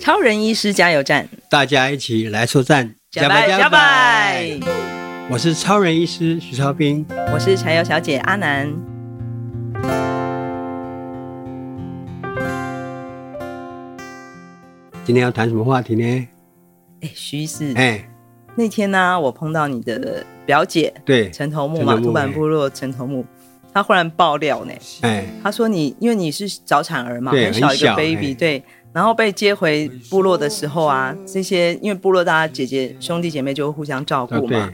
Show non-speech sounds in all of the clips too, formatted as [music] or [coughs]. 超人医师加油站，大家一起来说赞，加拜加拜！我是超人医师徐超斌，我是柴油小姐阿南。今天要谈什么话题呢？哎，徐医师，哎，那天呢、我碰到你的表姐对，陈头目嘛，陈头目土坂部落陈头目，她忽然爆料呢，哎，她说你因为你是早产儿嘛，对很小一个很小 baby，哎对，然后被接回部落的时候啊，这些因为部落大家姐姐兄弟姐妹就会互相照啊顾对嘛，，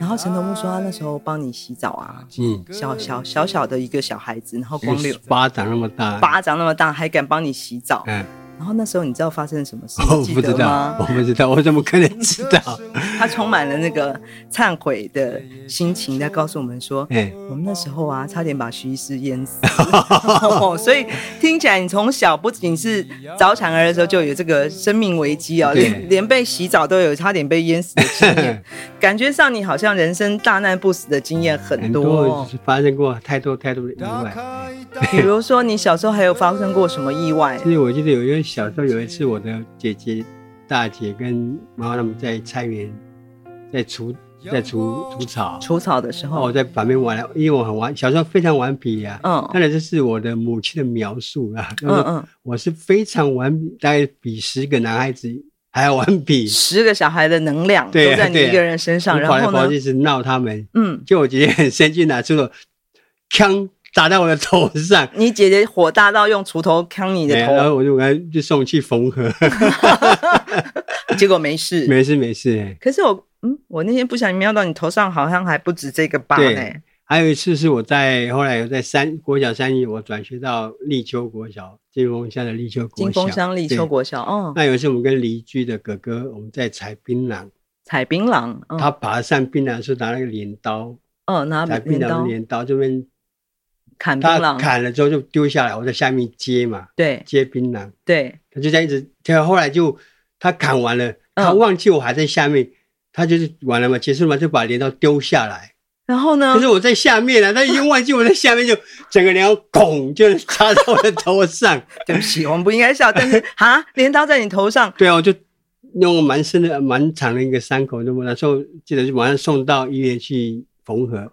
然后陈头目说啊他那时候帮你洗澡啊，嗯，小小小小的一个小孩子，然后光一溜个巴掌那么大，，巴掌那么大，还敢帮你洗澡。嗯，然后那时候你知道发生了什么事？我你哦不记知得道，吗？我不知道，我怎么可能知 [laughs] 道？他充满了那个忏悔的心情，在告诉我们说，哎，我们那时候啊，差点把徐医师淹死。 [laughs] 哦所以听起来，你从小不仅是早产儿的时候就有这个生命危机哦，对连连被洗澡都有差点被淹死的经 [laughs] 验。感觉上你好像人生大难不死的经验很很多多哦、发生过太多太多的意外。比如说你小时候还有发生过什么意外？其实我记得有一个小时候有一次，我的姐姐、大姐跟妈妈他们在菜园，在除在除除草，除草的时然后候我，在旁边玩，因为我很顽，小时候非常顽皮啊呀、嗯当然这是我的母亲的描述啦、就嗯是嗯，我是非常顽皮，大概比十个男孩子还要顽皮，十个小孩的能量都对啊在你对啊一个人身上，我然跑来后跑呢去，是闹他们，嗯，就我姐姐很生气，拿出了枪打到我的头上。你姐姐火大到用锄头扛你的哎然头，后我就把她就送去缝合， [laughs] 结果没事。没事没事。哎可是我，嗯，我那天不小心瞄到你头上，好像还不止这个疤对呢。还有一次是我在后来我在三国小三一，我转学到立秋国小，金峰乡的立秋国小。金峰乡立秋对嗯国小，哦，那有一次我们跟邻居的哥哥，我们在采槟榔，采槟榔，嗯他爬上槟榔树拿那个镰刀，哦，拿采镰槟榔刀的镰刀这边砍槟他榔，砍了之后就丢下来，我在下面接嘛，对接槟榔，对，他就这样一直，他后来就他砍完了，他嗯忘记我还在下面，他就是完了嘛，结束了嘛，就把镰刀丢下来。然后呢可，是我在下面了、啊，他已经忘记我在下面，就整个镰刀拱就插到我的头上，对不起，我们不应该笑，但是啊，镰刀在你头上，对啊，我就弄个蛮深的、蛮长的一个伤口，那么那时候记得就马上送到医院去缝合。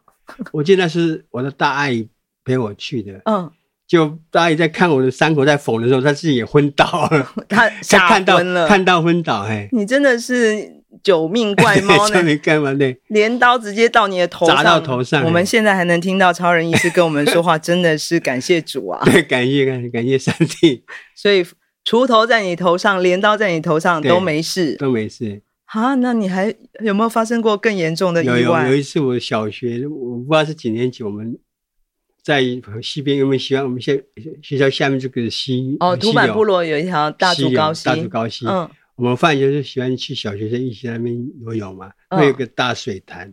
我记得那是我的大阿姨陪我去的，嗯，就大阿姨在看我的伤口在缝的时候，她自己也昏倒了，他她 [laughs] 吓看到昏了。看到昏倒，哎，你真的是九 [laughs] 命怪猫呢这，没干嘛 [laughs] 呢？镰刀直接到你的头上，砸到头上我们现在还能听到超人医师跟我们说话，真的是感谢主 [laughs] 啊！对，感谢感谢感谢上帝， [laughs] 所以锄头在你头上，镰刀在你头上对都没事都没事。啊。那你还有没有发生过更严重的有意有外？有一次，我小学我不知道是几年级，我们在西边有没有学校？我们现学校下面这个溪哦，溪土坂流部落有一条大竹流高溪，大竹高溪。嗯我们放学就喜欢去小学生一起在那边游泳嘛，嗯会有个大水潭，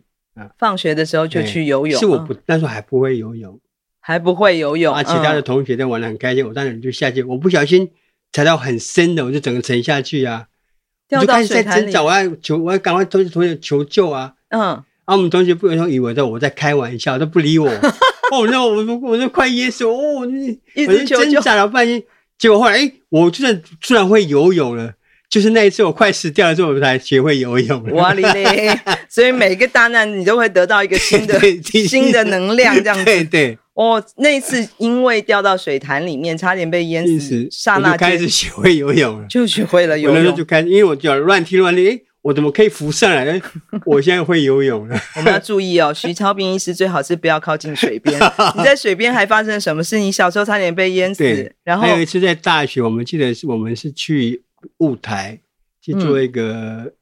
放学的时候就去游泳，是我嗯不那时候还不会游泳，还不会游泳，啊，其他的嗯同学在玩的很开心，我当然就下去，我不小心踩到很深的，我就整个沉下去啊，我掉就到开始在水潭挣里扎，，我要求，我要赶快同同学求救啊，嗯，啊，我们同学不能以为的我在开玩笑，都不理 [laughs] 我，哦，那我我我就快噎死我，哦，我就一我直就求挣救，扎了半天，结果后来，哎，我居然居然会游泳了。就是那一次我快死掉的时候，我才学会游泳了。哇哩 [laughs] 嘞！所以每个大难你都会得到一个新的对对新的能量，这样子。对对，哦，那一次因为掉到水潭里面，差点被淹因死此，刹我那就开间始学会游泳了。就学会了我游那时候泳就。开始，因为我就乱踢乱踢，诶，我怎么可以浮上来呢？ [laughs] 我现在会游泳了。我们要注意哦，徐超斌医师最好是不要靠近水边。你在水边还发生什么事？你小时候差点被淹死对，然后还有一次在大学，我们记得是我们是去雾台去做一个、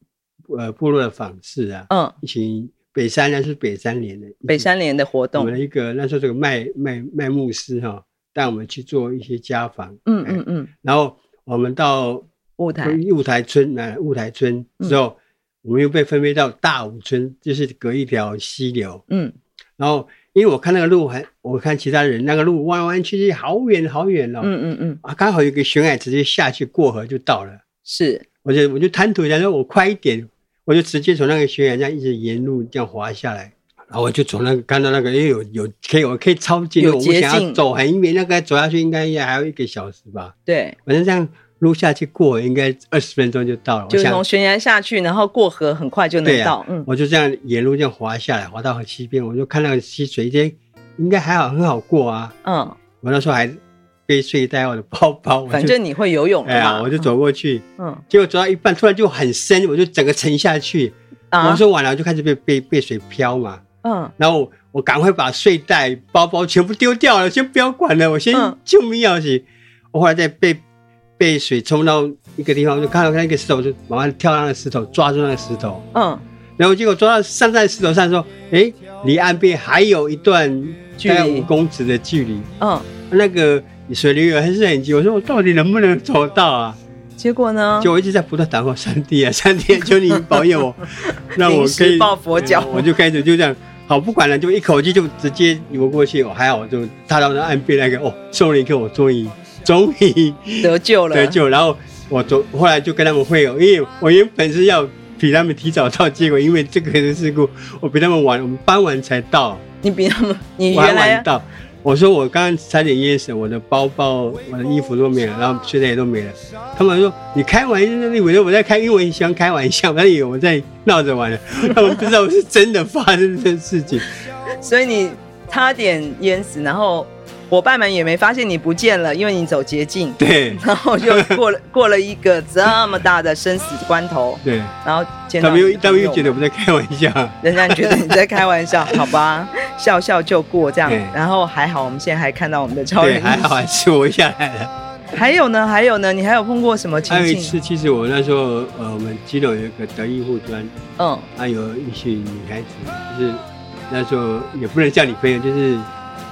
呃部落的访视啊，嗯，一群北山那是北山连的，北山连的活我动们，的一个那时候这个麦麦麦牧师哈、带我们去做一些家访，嗯哎嗯嗯，然后我们到舞台嗯雾台村啊，雾台村之后，我们又被分配到大武村，就是隔一条溪流。嗯然后因为我看那个路还，我看其他人那个路弯弯曲曲，好远好远哦。嗯嗯嗯，啊，刚好有个悬崖，直接下去过河就到了。是我就我就贪图一下，说我快一点，我就直接从那个悬崖这样一直沿路这样滑下来。然后我就从那个看到那个，因为有有可以，我可以超近，有我不捷想要径走很远，那个走下去应该也还有一个小时吧。对，反正这样路下去过，应该二十分钟就到了。我就是想从悬崖下去，然后过河，很快就对能呀、到。嗯我就这样沿路这样滑下来，滑到溪边，我就看那个溪水，应该应该还好，很好过啊。嗯，我那时候还背睡袋，我的包包，我就反正你会游泳哎了呀，嘛，我就走过去，嗯结果走到一半，突然就很深，我就整个沉下去。啊我说完了，我就开始被被被水漂嘛，嗯然后我我赶快把睡袋、包包全部丢掉了，先不要管了，我先嗯救命要紧。我后来再被被水冲到一个地方，我就看到看到一个石头，我就马上跳上那个石头，抓住那个石头。嗯，然后结果抓到站在石头上说：“诶，离岸边还有一段距大概离五公尺的距离，嗯，那个水流也还是很急。”我说：“我到底能不能走到啊结果？”呢结？果我一直在不断祷告：“上帝啊， [laughs] 上帝啊，求你保 [laughs] 佑我，让我临可时以。抱佛脚，我就开始就这样，好不管了，就一口气就直接游过去。我还好，就踏到那岸边那个，哦，送了一个，我终于终于得救了，得救。然后我走，后来就跟他们会合，因为我原本是要比他们提早到，结果因为这个事故，我比他们晚，我们傍晚才到，你比 [laughs] 他们，你我还原晚来到。我说我刚刚差点淹死，我的包包、我的衣服都没了，然后睡袋也都没了。他们说你开玩笑，你以为我在开，因为我很喜欢开玩笑，他以为我在闹着玩的，他们不知道是真的发生这事情。所以你差点淹死，然后伙伴们也没发现你不见了，因为你走捷径，对然后又过了过了一个这么大的生死关头，对，然后见他到们你又的他们又朋友觉得我们在开玩笑。人家觉得你在开玩笑，好 [laughs] 吧，笑笑就过这样对。然后还好，我们现在还看到我们的超人对，医还好师。还是我下来了。还有呢，还有呢，你还有碰过什么情还有一境？次，其实我那时候，呃，我们基隆有一个德艺护专，嗯啊，有一群女孩子，就是那时候也不能叫你朋友，就是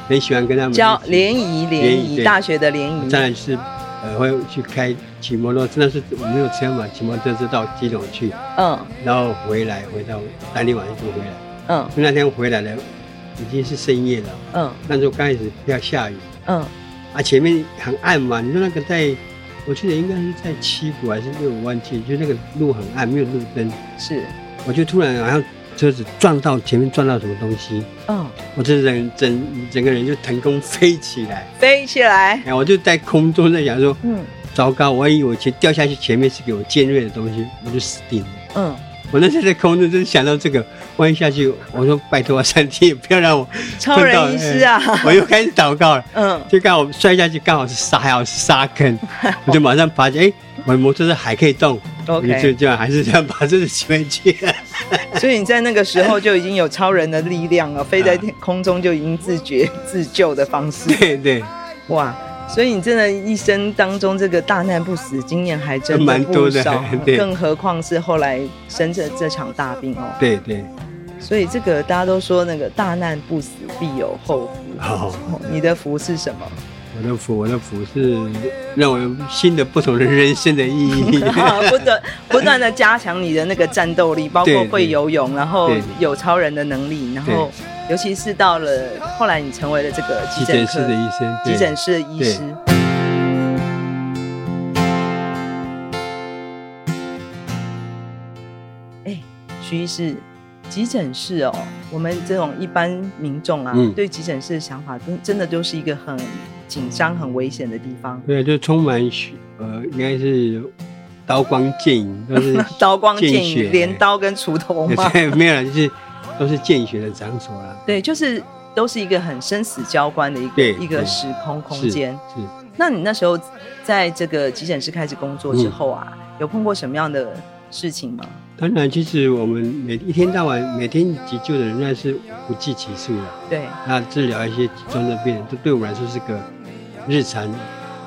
很喜欢跟他们交一起联谊，联嗯联谊谊，对大学的联我谊。当然是，呃，会去开骑摩托，真的是我没有车嘛，骑摩托车到基隆去，嗯然后回来回到当天晚上就回来，嗯那天回来了，已经是深夜了，嗯那时候刚开始要下雨，嗯啊，前面很暗嘛，你说那个在，我记得应该是在七股还是六股忘记，就那个路很暗，没有路灯，是我就突然好像车子撞到前面撞到什么东西，嗯，我这人整整个人就腾空飞起来，飞起来。哎，我就在空中在想说，嗯糟糕，我以为前掉下去前面是给我尖锐的东西，我就死定了。嗯，我那时候在空中就是想到这个，万一下去，我说拜托啊，上帝不要让我超碰到人医师 [laughs] 啊。哎我又开始祷告了。嗯就刚好摔下去，刚好是沙，还好是沙 [laughs] 坑，我就马上爬起，哎、我的摩托车还可以动，我就，OK。这样还是这样把这个骑回去。 [laughs] 所以你在那个时候就已经有超人的力量了，飞在天空中就已经自觉自救的方式。对对， [laughs] 哇，所以你真的一生当中这个大难不死经验还真的蛮多不的少对更何况是后来生着这场大病哦。对对，所以这个大家都说那个大难不死必有后福，好、哦你的福是什么？我的福，我的福是让我有新的不同的人生的意 [laughs] 义。不断不断的加强你的那个战斗力，包括对会游泳，然后对有超人的能力，然后尤其是到了后来你成为了这个急 [laughs] 急诊诊科室的医生，对急诊室的医对师。哎，徐医师，急诊室哦，我们这种一般民众啊，嗯对急诊室的想法真真的就是一个很紧张、很危险的地方，对，啊就充满血，呃，应该是刀光剑影，都是 [laughs] 刀光剑见血影，镰刀跟锄头嘛， [laughs] 对，没有了，就是都是见血的场所啦。对，就是都是一个很生死交关的一个对一个对时空空是间。是，那你那时候在这个急诊室开始工作嗯之后啊，有碰过什么样的事情吗？当然，其实我们每一天到晚每天急救的人那是不计其数的，对，那治疗一些急重的病人，这对我们来说是个日常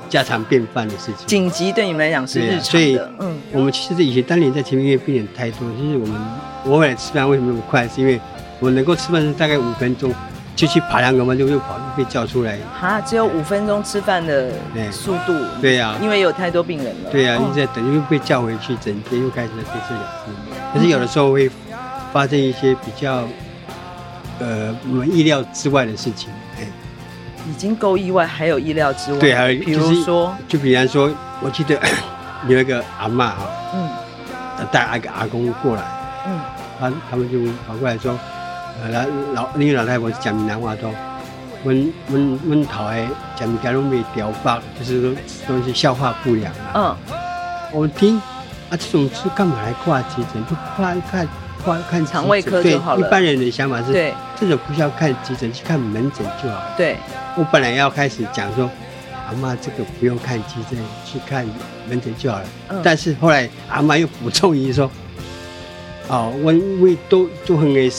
家常便饭的事情。紧急对你们来讲是对啊日所常以的，嗯我们其实以前当年在前面医院病人太多，就是我们我后来吃饭为什么那么快，是因为我能够吃饭是大概五分钟，就去爬两个嘛，就又跑又被叫出来。哈，只有五分钟吃饭的对速度，对呀、因为有太多病人了。对呀、啊哦一直在等，又被叫回去整天，又开始被治疗。嗯但是有的时候会发生一些比较呃我们意料之外的事情，哎，已经够意外，还有意料之外。对，还有比就如是说，就比方说，我记得 [coughs] 有一个阿嬷啊，嗯带一个阿公过来，嗯，他啊他们就跑过来说，呃，老老那个老太婆是讲闽南话说，阮阮阮头诶，食物件拢未调包，就是说都是消化不良啊。嗯，我听啊，这种是干嘛来挂急诊？就挂看挂看急诊肠胃科就好了对，一般人的想法是，对这种不需要看急诊，去看门诊就好了。对，我本来要开始讲说，阿妈这个不用看急诊，去看门诊就好了。嗯但是后来阿妈又补充一句说，哦，我胃都都很会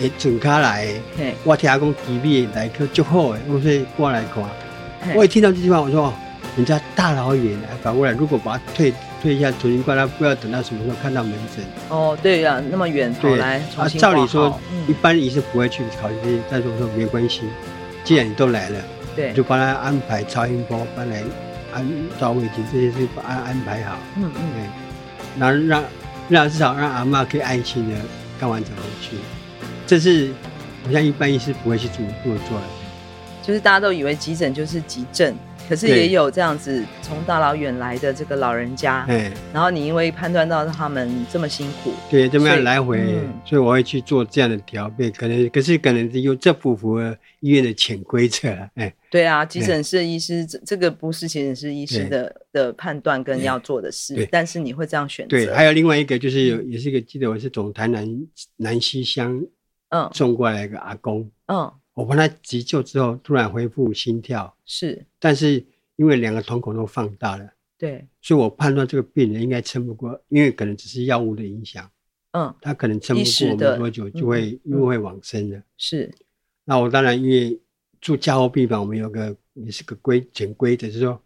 会准卡来的，嘿，我听讲脾胃来去就好诶，我所以过来看。嘿我一听到这句话，我说哦，人家大老远来反过来，如果把它退退一下，重新挂，他不要等到什么时候看到门诊。哦，对呀，那么远跑对，来重啊，新照理挂说号，一嗯，般医生不会去考虑这些，但是我说没关系，既然你都来了，对，就帮他安排超音波，帮他安照胃镜这些事把安安排好，嗯对嗯，，然后让让至少让阿嬷可以安心的干完整回去，这是我像一般医师不会去这么这么做的。就是大家都以为急诊就是急症，可是对也有这样子从大老远来的这个老人家，哎，然后你因为判断到他们这么辛苦，对，这么所样以来回，所以嗯我会去做这样的调配，可能可是可能是有这不符合医院的潜规则了，哎，对啊，急诊室医师这这个不是急诊室医师的的判断跟要做的对事，但是啊你会这样选择，对，还有另外一个就是有也是一个记得我是从台南南西乡嗯送过来一个阿公，嗯我帮他急救之后突然恢复心跳，是，但是因为两个瞳孔都放大了，对，所以我判断这个病人应该撑不过，因为可能只是药物的影响，嗯他可能撑不一时过的没多久就会嗯又会往生了。是，那我当然因为住加护病房，我们有个也是个规潜规则，就是说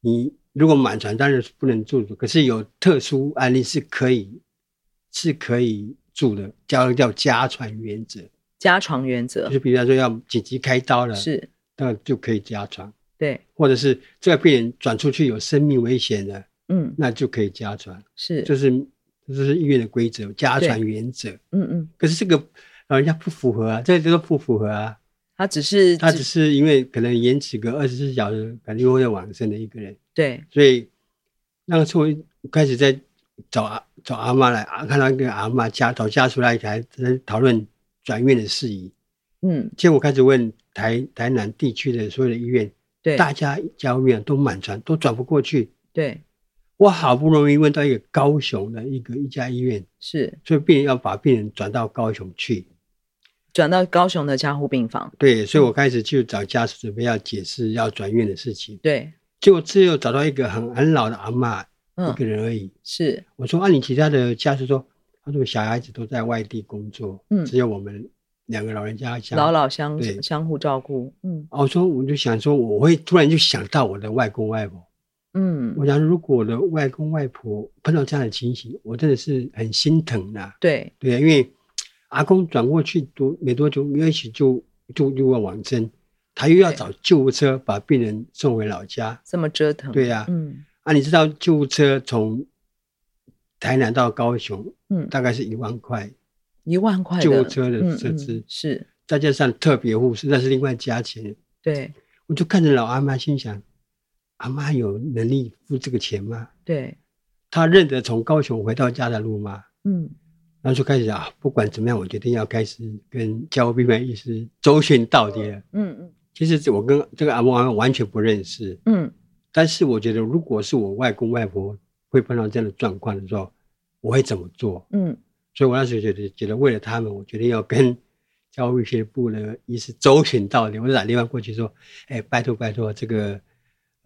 你如果满床当然是不能住的，可是有特殊案例是可以是可以住的，叫叫加传原则，加床原则就是比方说要紧急开刀了，是，那就可以加床，对，或者是这个病人转出去有生命危险的，嗯那就可以加传，是，就是这就是医院的规则，加传原则。嗯嗯，可是这个老人家不符合啊，这个都不符合啊。他只是他只是因为可能延迟个二十四小时，可能又会往生的一个人，对所以那个时候我开始在找阿找阿妈来，啊，看到一个阿妈家找家属来还在讨论转院的事宜。嗯结果开始问台台南地区的所有的医院，对大家家务院都满床，都转不过去。对我好不容易问到一个高雄的一个一家医院，是所以病人要把病人转到高雄去。转到高雄的加护病房，对，所以嗯我开始去找家属，准备要解释要转院的事情。对，结果只有找到一个很很老的阿嬷一嗯个人而已。是，我说：“啊，你其他的家属说，他说小孩子都在外地工作，嗯只有我们两个老人家相。”老老相对相互照顾，嗯啊，我说我就想说，我会突然就想到我的外公外婆。嗯我，想，如果我的外公外婆碰到这样的情形，我真的是很心疼呐、对对啊，因为阿公转过去多没多久，也许就就又要往生，他又要对找救护车把病人送回老家。这么折腾，对呀、嗯啊，你知道救护车从台南到高雄嗯，大概是一万块，一万块的救护车的嗯车资嗯是，再加上特别护士，那是另外加钱。对我就看着老阿妈，心想：阿妈有能力付这个钱吗？对，她认得从高雄回到家的路吗？嗯然后就开始啊，不管怎么样，我决定要开始跟加护病房医师周旋到底了。嗯嗯其实我跟这个阿嬷阿嬷完全不认识，嗯，但是我觉得，如果是我外公外婆会碰到这样的状况的时候，我会怎么做？嗯，所以我那时候觉得，觉得为了他们，我决定要跟教育学部的医师周旋到底。我就打电话过去说：“哎，拜托拜托，这个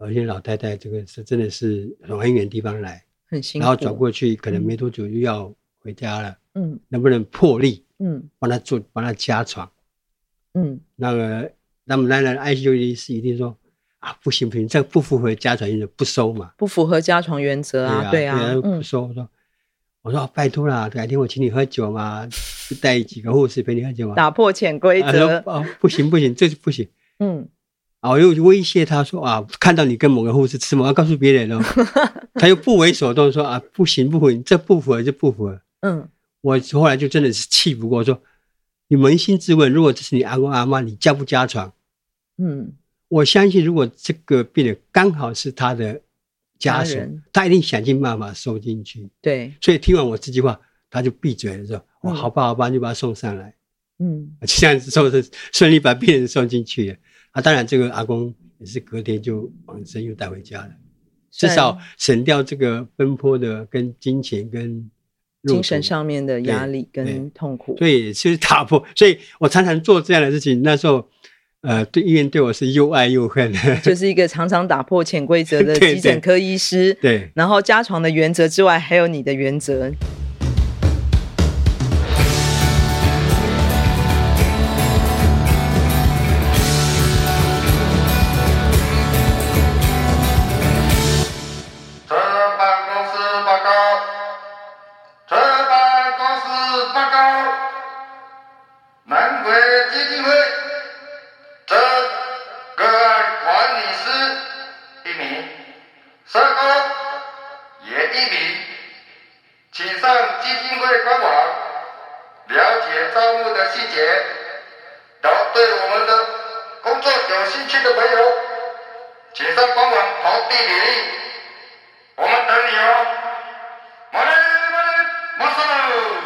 有些老太太，这个是真的是从很远的地方来，很辛苦。然后转，过去可能没多久又要回家了，嗯能不能破例嗯帮她做，帮她加床？”嗯，那个，那么当然 ICU 医师一定说：“啊，不行不行，这个不符合家传医生不收嘛。”不符合家床原则啊，对对啊，啊，不嗯哦说，我说，我说拜托啦，改天我请你喝酒嘛，就带几个护士陪你安全完。打破潜规啊说则，啊，不行不行，这是不行嗯，啊！我又威胁他说啊，看到你跟某个护士吃某，要告诉别人 [laughs] 哦。他又不为所动说啊，不行不行，这不符合就不符合。嗯，我后来就真的是气不过，说你扪心自问，如果这是你阿公阿妈，你加不加床？嗯，我相信，如果这个病人刚好是他的家家属人，他一定想尽办法收进去。对，所以听完我这句话，他就闭嘴了，说：“哦，嗯好吧，好吧，就把他送上来。 [laughs] 嗯，”就这样子送，顺利把病人送进去了。啊，当然这个阿公也是隔天就往生，又带回家了，至少省掉这个奔波的跟金钱跟路途精神上面的压力对跟痛苦，所以就是打破。所以我常常做这样的事情。那时候，呃，对医院对我是又爱又恨。就是一个常常打破潜规则的对对急诊科医师。 [laughs] 对，然后家床的原则之外，还有你的原则。值班公司报告，值班公司报告，南国基金会征个案管理师一名，社工也一名，请上基金会官网了解招募的细节。然后对我们的工作有兴趣的朋友，请上官网投递履历。我们等你哦，马里马里马上。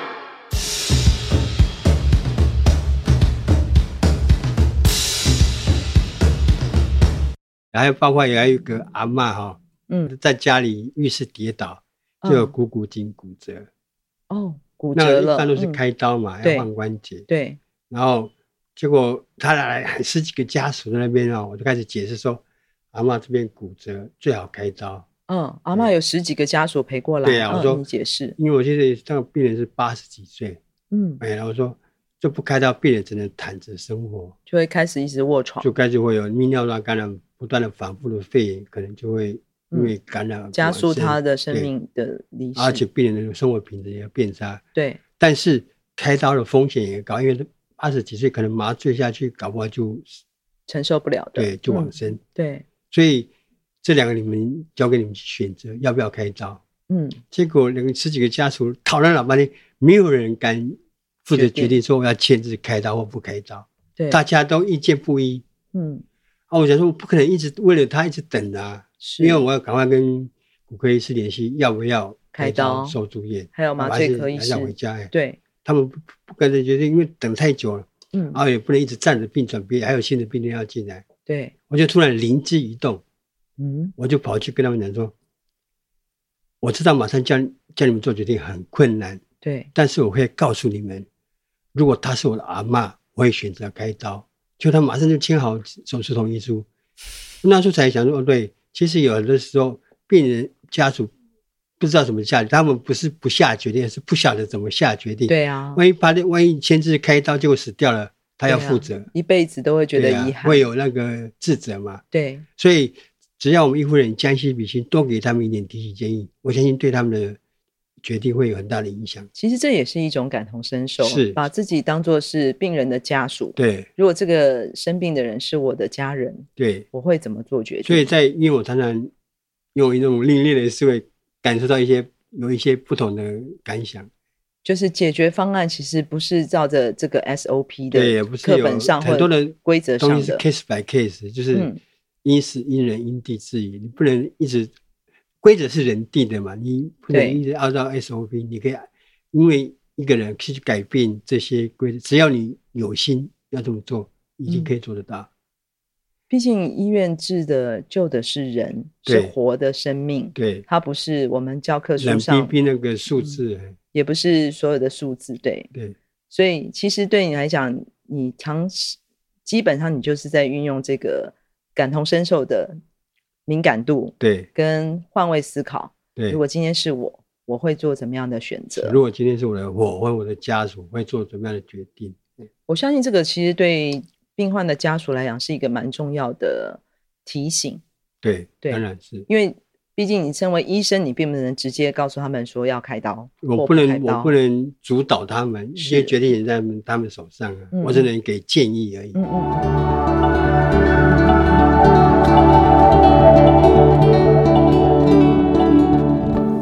还有包括也还有一个阿嬷哈、嗯，在家里浴室跌倒，就有股骨筋骨折。哦，嗯骨那折一了，般都是嗯开刀嘛，对要换关节。对，然后结果他来十几个家属在那边哦，我就开始解释说，阿嬷这边骨折最好开刀，嗯，阿嬷有十几个家属陪过来，对啊我嗯说你解释，因为我现在这个病人是八十几岁，嗯，哎，然后说就不开刀，病人只能躺着生活，就会开始一直卧床就，开始会有泌尿道感染，不断的反复的肺炎，可能就会因为感染而嗯加速往生他的生，对命的离而且世。病人的生活品质也变差。对，但是开刀的风险也高，因为二十几岁可能麻醉下去，搞不好就承受不了的，对就往嗯生。对，所以这两个你们交给你们去选择要不要开刀。嗯，结果那个十几个家属讨论了半天，没有人敢负责决定决定说我要签字开刀或不开刀，对，大家都意见不一。嗯啊，我想说，我不可能一直为了他一直等啊，是，因为我要赶快跟骨科医师联系，要不要开刀手住院，还有我麻还醉是科医还是要师回家哎、对，他们不不不敢决定，因为等太久了，嗯，啊，也不能一直站着病床边，还有新的病人要进来。对，我就突然灵机一动，嗯，我就跑去跟他们讲说，我知道马上叫叫你们做决定很困难，对，但是我会告诉你们，如果她是我的阿嬷，我会选择开刀。就他马上就签好手术同意书，那时候才想说，哦，对，其实有的时候病人家属不知道怎么下，他们不是不下决定，而是不晓得怎么下决定。，对啊，万一把那万一签字开刀结果死掉了，他要对啊负责，一辈子都会觉得对啊遗憾，会有那个自责嘛。对，所以，只要我们医护人员将心比心，多给他们一点提醒建议，我相信对他们的决定会有很大的影响。其实这也是一种感同身受，是把自己当做是病人的家属。对如果这个生病的人是我的家人，对，我会怎么做决定？所以在因为我常常用一种另类的思维，感受到一些有一些不同的感想。就是解决方案其实不是照着这个 SOP 对，也的不是课有本上或很多的者规则东上西是的。 case by case，就是嗯因时因人因地制宜，你不能一直规则是人定的嘛，你不能对一直按照 SOP，你可以因为一个人去改变这些规则，只要你有心要这么做，已经可以嗯做得到。毕竟医院治的救的是人，是对活的生命，对，它不是我们教科书冷冰上，嗯冰那个数字，也不是所有的数字。对，对所以其实对你来讲，你尝试基本上你就是在运用这个感同身受的敏感度对跟换位思考。对如。果今天是我，我会做怎么样的选择如？果今天是我的我或我的家属会做怎么样的决定？我相信这个其实对病患的家属来讲是一个蛮重要的提醒，对，对当然是因为毕竟你身为医生，你并不能直接告诉他们说要开刀，我或不开能，刀我不能主导他们，因为是决定也在他们他们手上啊，嗯我只能给建议而已。嗯嗯嗯，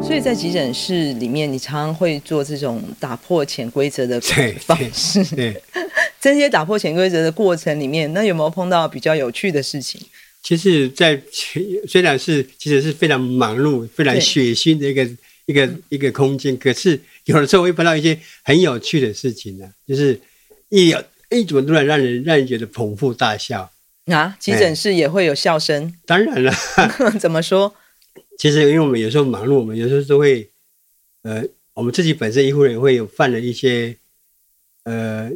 所以在急诊室里面，你常常会做这种打破潜规则的对方式。对，这些打破潜规则的过程里面，那有没有碰到比较有趣的事情？其实，在 [laughs] 虽然是其实是非常忙碌、非常对嗯血腥的一个一个一个空间，可是有的时候会碰到一些很有趣的事情呢、啊就是一有一怎么突然让人让人觉得捧腹大笑。啊，急诊室也会有笑声， [laughs] 当然了，怎么说？其实因为我们有时候忙碌，我们有时候都会，呃，我们自己本身医护人员会有犯了一些，呃，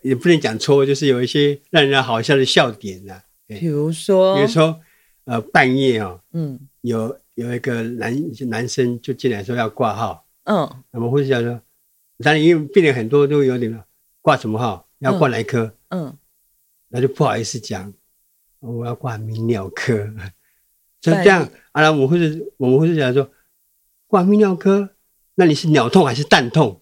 也不能讲错，就是有一些让人家好笑的笑点呐、对比如说，比如说，呃，半夜哦，嗯有有一个男男生就进来说要挂号，嗯那么护士讲说，当然因为病人很多都有点了，挂什么号？要挂哪一科？嗯，那、就不好意思讲，我要挂泌尿科。就半夜这样，啊，然后我们护士我们护士讲说，挂泌尿科，那你是鸟痛还是蛋痛？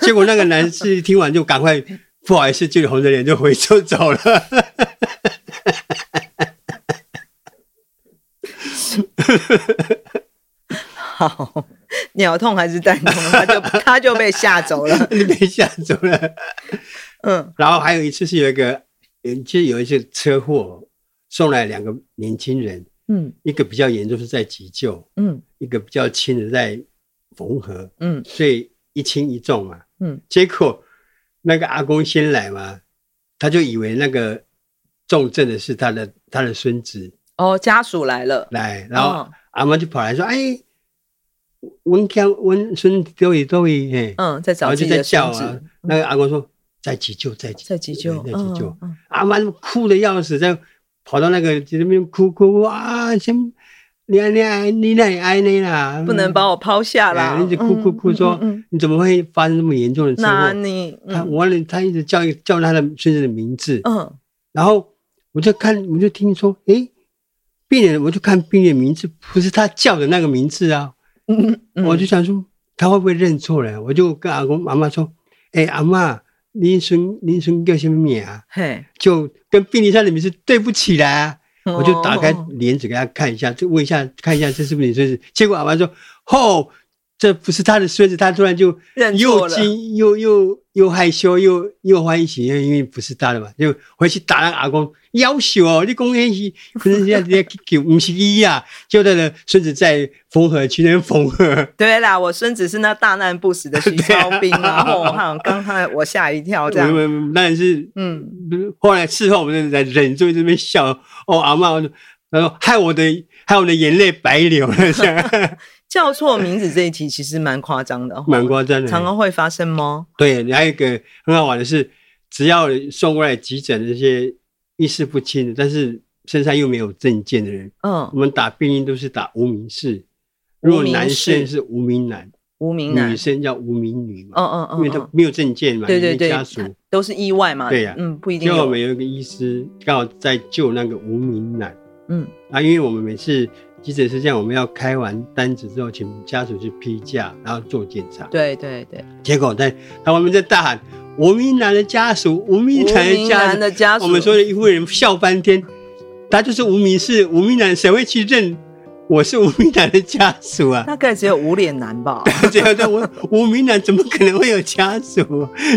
结果那个男士听完就赶快不好意思，就红着脸就回就走了。 [laughs] 好， [laughs] 鸟痛还是蛋痛，他就 [laughs] 他就被吓走了。 [laughs] 你被吓走了。嗯然后还有一次是有一个，嗯，其实有一次车祸，送来两个年轻人，嗯一个比较严重是在急救，嗯一个比较轻的在缝合，嗯所以一轻一重嘛。嗯，结果那个阿公先来嘛，他就以为那个重症的是他的他的孙子哦，家属来了，来，然后哦阿妈就跑来说：“哎，温家温孙子都已都已嘿。”嗯，在然找后自就己在的叫孙子啊，，那个阿公说在急救，在急在急救，对在急救嗯，嗯阿妈哭的要死，在跑到那个就在那边哭哭哭啊，先你爱你爱你那爱你啦，嗯不能把我抛下啦嗯哎，一直哭嗯哭哭说嗯嗯嗯你怎么会发生这么严重的车那祸？你他嗯完了，他一直叫叫他的孙子的名字，嗯然后我就看我就听说，诶，病人我就看病人名字不是他叫的那个名字啊，嗯嗯，我就想说他会不会认错了？我就跟阿公阿妈说：“哎、阿妈，您孙您孙叫什么名啊？嘿，就跟病历上的名字对不起啦、我就打开哦帘子给他看一下，就问一下看一下这是不是你孙子？结果阿妈说：“哦，这不是他的孙子。”他突然就认错又了惊又又又害羞又又欢喜，因为因为不是他的嘛，就回去打那个阿公。要求哦，你公那是可能现在人家给不是一啊，就他的孙子在缝合区那边缝合。对啦，我孙子是那大难不死的徐对啊超斌啊，哦，我好刚才我吓一跳哦这我样，们当然是，嗯，后来事后我们才忍住这边笑，哦，阿妈，然后害我的害我的眼泪白流了，这样叫错名字这一题其实蛮夸张的哦，蛮 [laughs] 夸张常的。常会发生吗？对，还有一个很好玩的是，只要送过来急诊的那些意识不清的，但是身上又没有证件的人，我嗯，们打病因都是打无名氏。如果男生是无名男，无名男女，生叫无名女嘛，嗯嗯因为他嗯嗯，没有证件嘛，对对没对家属。，都是意外嘛，对呀嗯，不一定就我有们，有一个医师刚好在救那个无名男。嗯啊，因为我们每次急诊是这样，我们要开完单子之后，请家属去批假，然后做检查。对对对，结果在他外面在大喊：“吴明男的家属，吴明无男的名家男属。的家属，我们说的医护人员笑翻天，他就是无名氏，无名男，谁会去认我是无名男的家属啊？大概只有无脸男 [laughs] 吧，这样的我无名男怎么可能会有家属？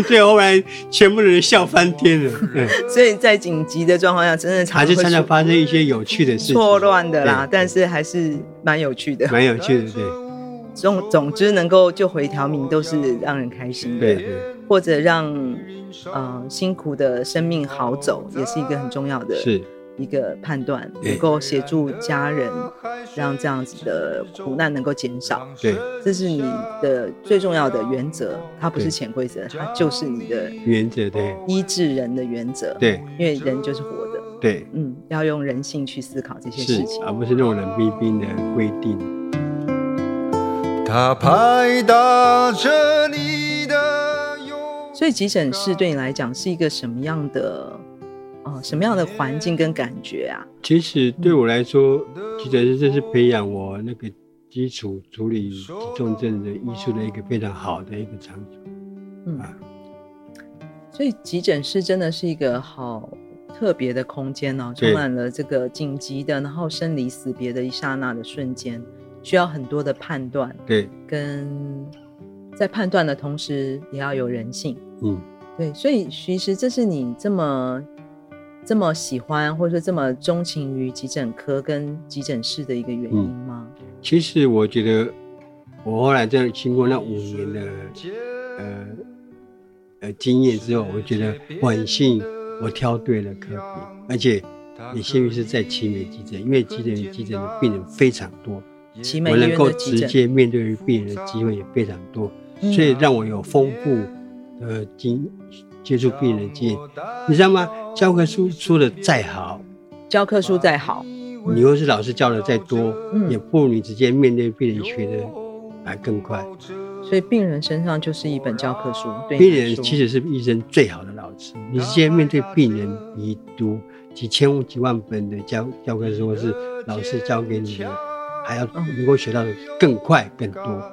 所以后来全部的人笑翻天了。对，所以在紧急的状况下，真的常还常是会常常出发生一些有趣的事情，错乱的啦，但是还是蛮有趣的。蛮有趣的，对，总总之，能够救回一条命都是让人开心的，对对。或者让呃辛苦的生命好走，也是一个很重要的是。一个判断，对能够协助家人，让这样子的苦难能够减少。对，这是你的最重要的原则，它不是对潜规则，它就是你的原则对医治人的原则。对因为人就是活的，对嗯，要用人性去思考这些事是情，。而不是那种冷冰冰的规定。他拍打着你的右所以急诊室对你来讲是一个什么样的呃哦，什么样的环境跟感觉啊？其实对我来说，急诊室这是培养我那个基础处理急重症的医术的一个非常好的一个场所。嗯啊，所以急诊室真的是一个好特别的空间哦，对充满了这个紧急的，然后生离死别的一刹那的瞬间，需要很多的判断，对，跟在判断的同时也要有人性。嗯，对，所以其实这是你这么这么喜欢，或者说这么钟情于急诊科跟急诊室的一个原因吗？其实我觉得我后来在经过那五年的呃呃经验之后，我觉得我很幸运，我挑对了科别，而且也幸运是在奇美急诊，因为奇美急诊的病人非常多，奇美我医能院够的急直诊，接面对于病人的机会也非常多，嗯所以让我有丰富呃经接触病人的经验。你知道吗？教科书说的再好，教科书再好，你又是老师教的再多，嗯也不如你直接面对病人学的还更快。所以病人身上就是一本教科书。对你病来人说其实是医生最好的老师，你直接面对病人，你读几千几万本的教教科书或是老师教给你的，还要能嗯够学到的更快更多。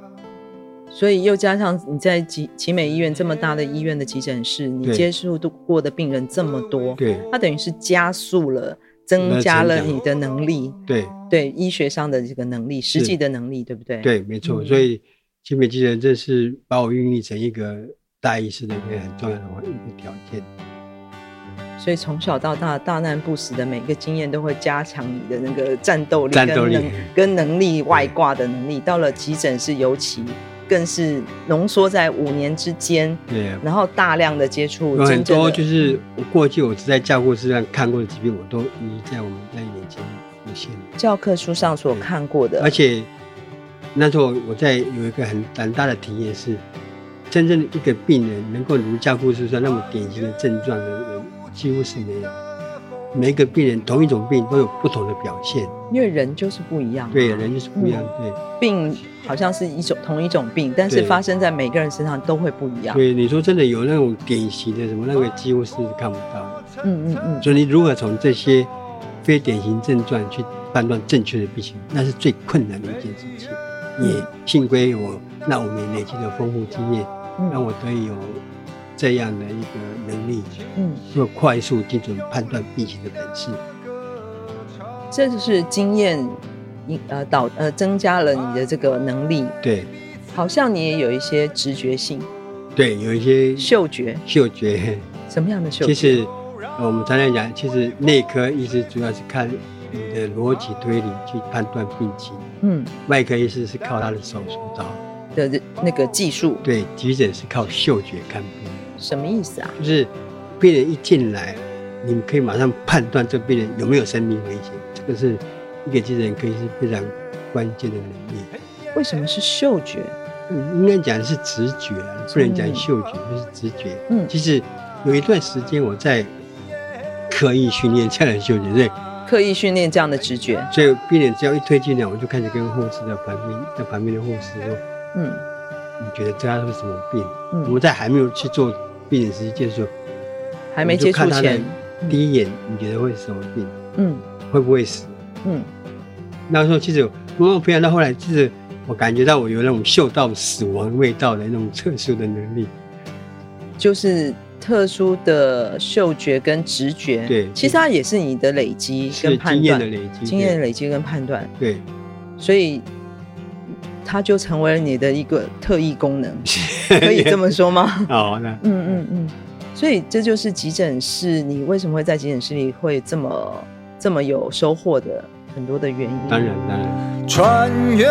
所以又加上你在急奇美医院这么大的医院的急诊室，你对接触度过的病人这么多，对它等于是加速了，增加了成长你的能力，对对医学上的这个能力，实际的能力，对不对？，对，没错。嗯所以精美技能这是把我孕育成一个大医师的一个很重要的一个条件。所以从小到大大难不死的每个经验都会加强你的那个战斗力、战斗力 [laughs] 跟能跟能力外挂的能力。到了急诊室，尤其更是浓缩在五年之间，对啊，然后大量的接触有很真正多的就是我过去我只在教科书上看过的疾病，我都一一在我们在眼前出现。教科书上所看过的，而且那时候我在有一个很很大的体验是，真正的一个病人能够如教科书上那么典型的症状的人，几乎是没有。每一个病人同一种病都有不同的表现，因为人就是不一样嘛，对人就是不一样，病好像是一种同一种病，但是对发生在每个人身上都会不一对样。对。你说真的有那种典型的什么，那个几乎是看不到的。嗯嗯嗯，所以你如何从这些非典型症状去判断正确的病情，那是最困难的一件事情。也幸亏我那五年累积的丰富经验，让嗯我得以有这样的一个能力，嗯，做快速、精准判断病情的本事。这就是经验，引呃导呃增加了你的这个能力，对好像你也有一些直觉性、对，有一些嗅觉，嗅觉，什么样的嗅其觉？实呃我们常常讲，其实内科医师主要是看你的逻辑推理去判断病情，嗯外科医师是靠他的手术刀，的这那个技术，对，急诊是靠嗅觉看病。什么意思啊？就是病人一进来，你们可以马上判断这病人有没有生命危险，这个是一个急诊科医师非常关键的能力。为什么是嗅觉？嗯应该讲是直觉啊，不能讲嗅觉，就是直觉。嗯其实有一段时间我在刻意训练这样的嗅觉， [laughs] 所以刻意训练这样的直觉，所以病人只要一推进来，我就开始跟护士的旁边在旁边的护士说：“嗯你觉得这他是什么病？”我嗯们，在还没有去做病人实际接触，还没接触我们就看前，他的第一眼你觉得会是什么病？嗯会不会死？嗯，那时候其实慢慢培养到后来，就是我感觉到我有那种嗅到死亡味道的那种特殊的能力。就是特殊的嗅觉跟直觉。对其实它也是你的累积是跟判经验的断，累积，经验累积跟判断，对，所以它就成为了你的一个特异功 [laughs] 能，可以这么说吗？好哦那嗯嗯嗯。所以这就是急诊室，你为什么会在急诊室里会这么这么有收获的很多的原因。当然当然，穿越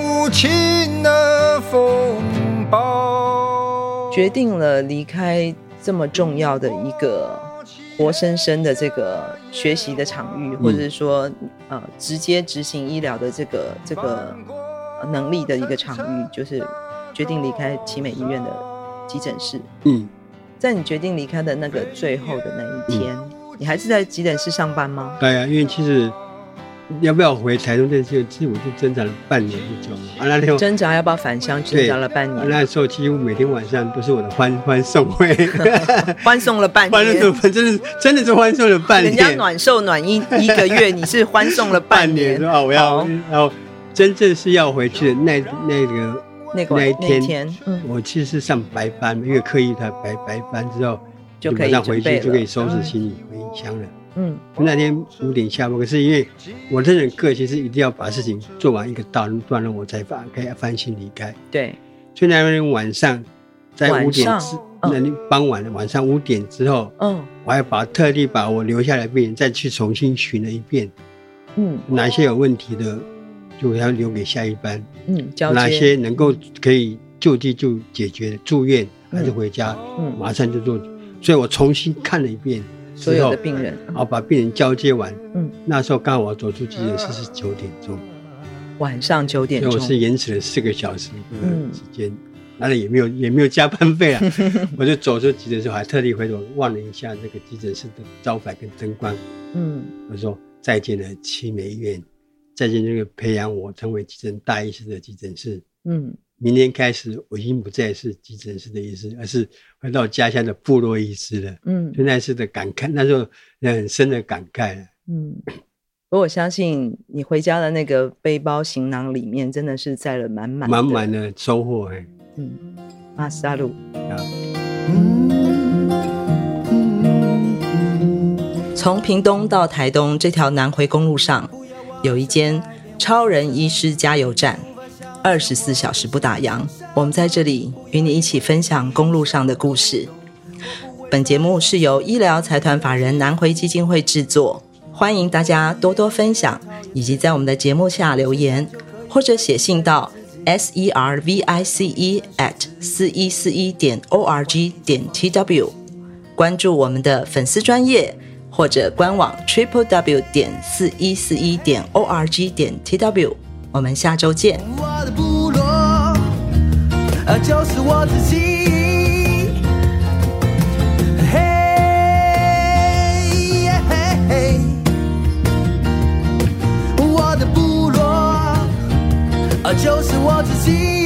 无情的风暴，决定了离开这么重要的一个活生生的这个学习的场域，或者嗯是说呃直接执行医疗的这个这个呃能力的一个场域，就是决定离开奇美医院的急诊室。嗯，在你决定离开的那个最后的那一天，你还是在急诊室上班吗？对啊，因为其实要不要回台中这次，其实我就挣扎了半年 [laughs] 之久啊。那天我挣扎要不要返乡，挣对扎了半年，那时候几乎每天晚上都是我的欢欢送 [laughs] 会，欢送了半欢送年，反真的是真的是欢送了半人家年，暖寿暖一一个月，你是欢送了半半年年说，啊我要好然后真正是要回去的那那个那个那一那一天，天，嗯，我其实是上白班，因为刻意的白白班之后就可马以上回准备去就可以了收拾行李回乡了。嗯，那天五点下班，可是因为我这人个性是一定要把事情做完一个段段落，我才把可以翻心离开。对，所以那天晚上在晚五点上之，嗯那天傍晚晚上五点之后，嗯我还把特地把我留下来的病人再去重新巡了一遍，嗯哪些有问题的就要留给下一班，嗯，交哪接，些能够可以就地就解决的住院还是嗯回家，嗯，马上就做。所以我重新看了一遍所之有后的，病人，然后把病人交接完。嗯，那时候刚好我走出急诊室是九点钟，晚上九点所以钟我，是延迟了四个小时嗯的时间，当然也没有 [laughs] 也没有加班费啊。 [laughs] 我就走出急诊室，我还特地回头望了一下那个急诊室的招牌跟灯光，嗯我说再见了七美医院，再见这个培养我成为急诊大医师的急诊室。嗯，明天开始，我已经不再是急诊室的医师，而是回到家乡的部落医师了。嗯就那次的感慨，那时候很深的感慨啊了。嗯，不过我相信你回家的那个背包行囊里面真的是载了满满满满的嗯的收获哎、马斯拉鲁。从屏东到台东这条南回公路上，有一间超人医师加油站，二十四小时不打烊。我们在这里与你一起分享公路上的故事。本节目是由医疗财团法人南回基金会制作，欢迎大家多多分享，以及在我们的节目下留言，或者写信到 s e r v i c e at 四一四一点 o r g 点 t w，关注我们的粉丝专业或者官网 triple w 点四一四一点 o r g 点 t w，我们下周见。我的部落，呃，就是我自己。嘿，耶嘿嘿，我的部落，呃，就是我自己。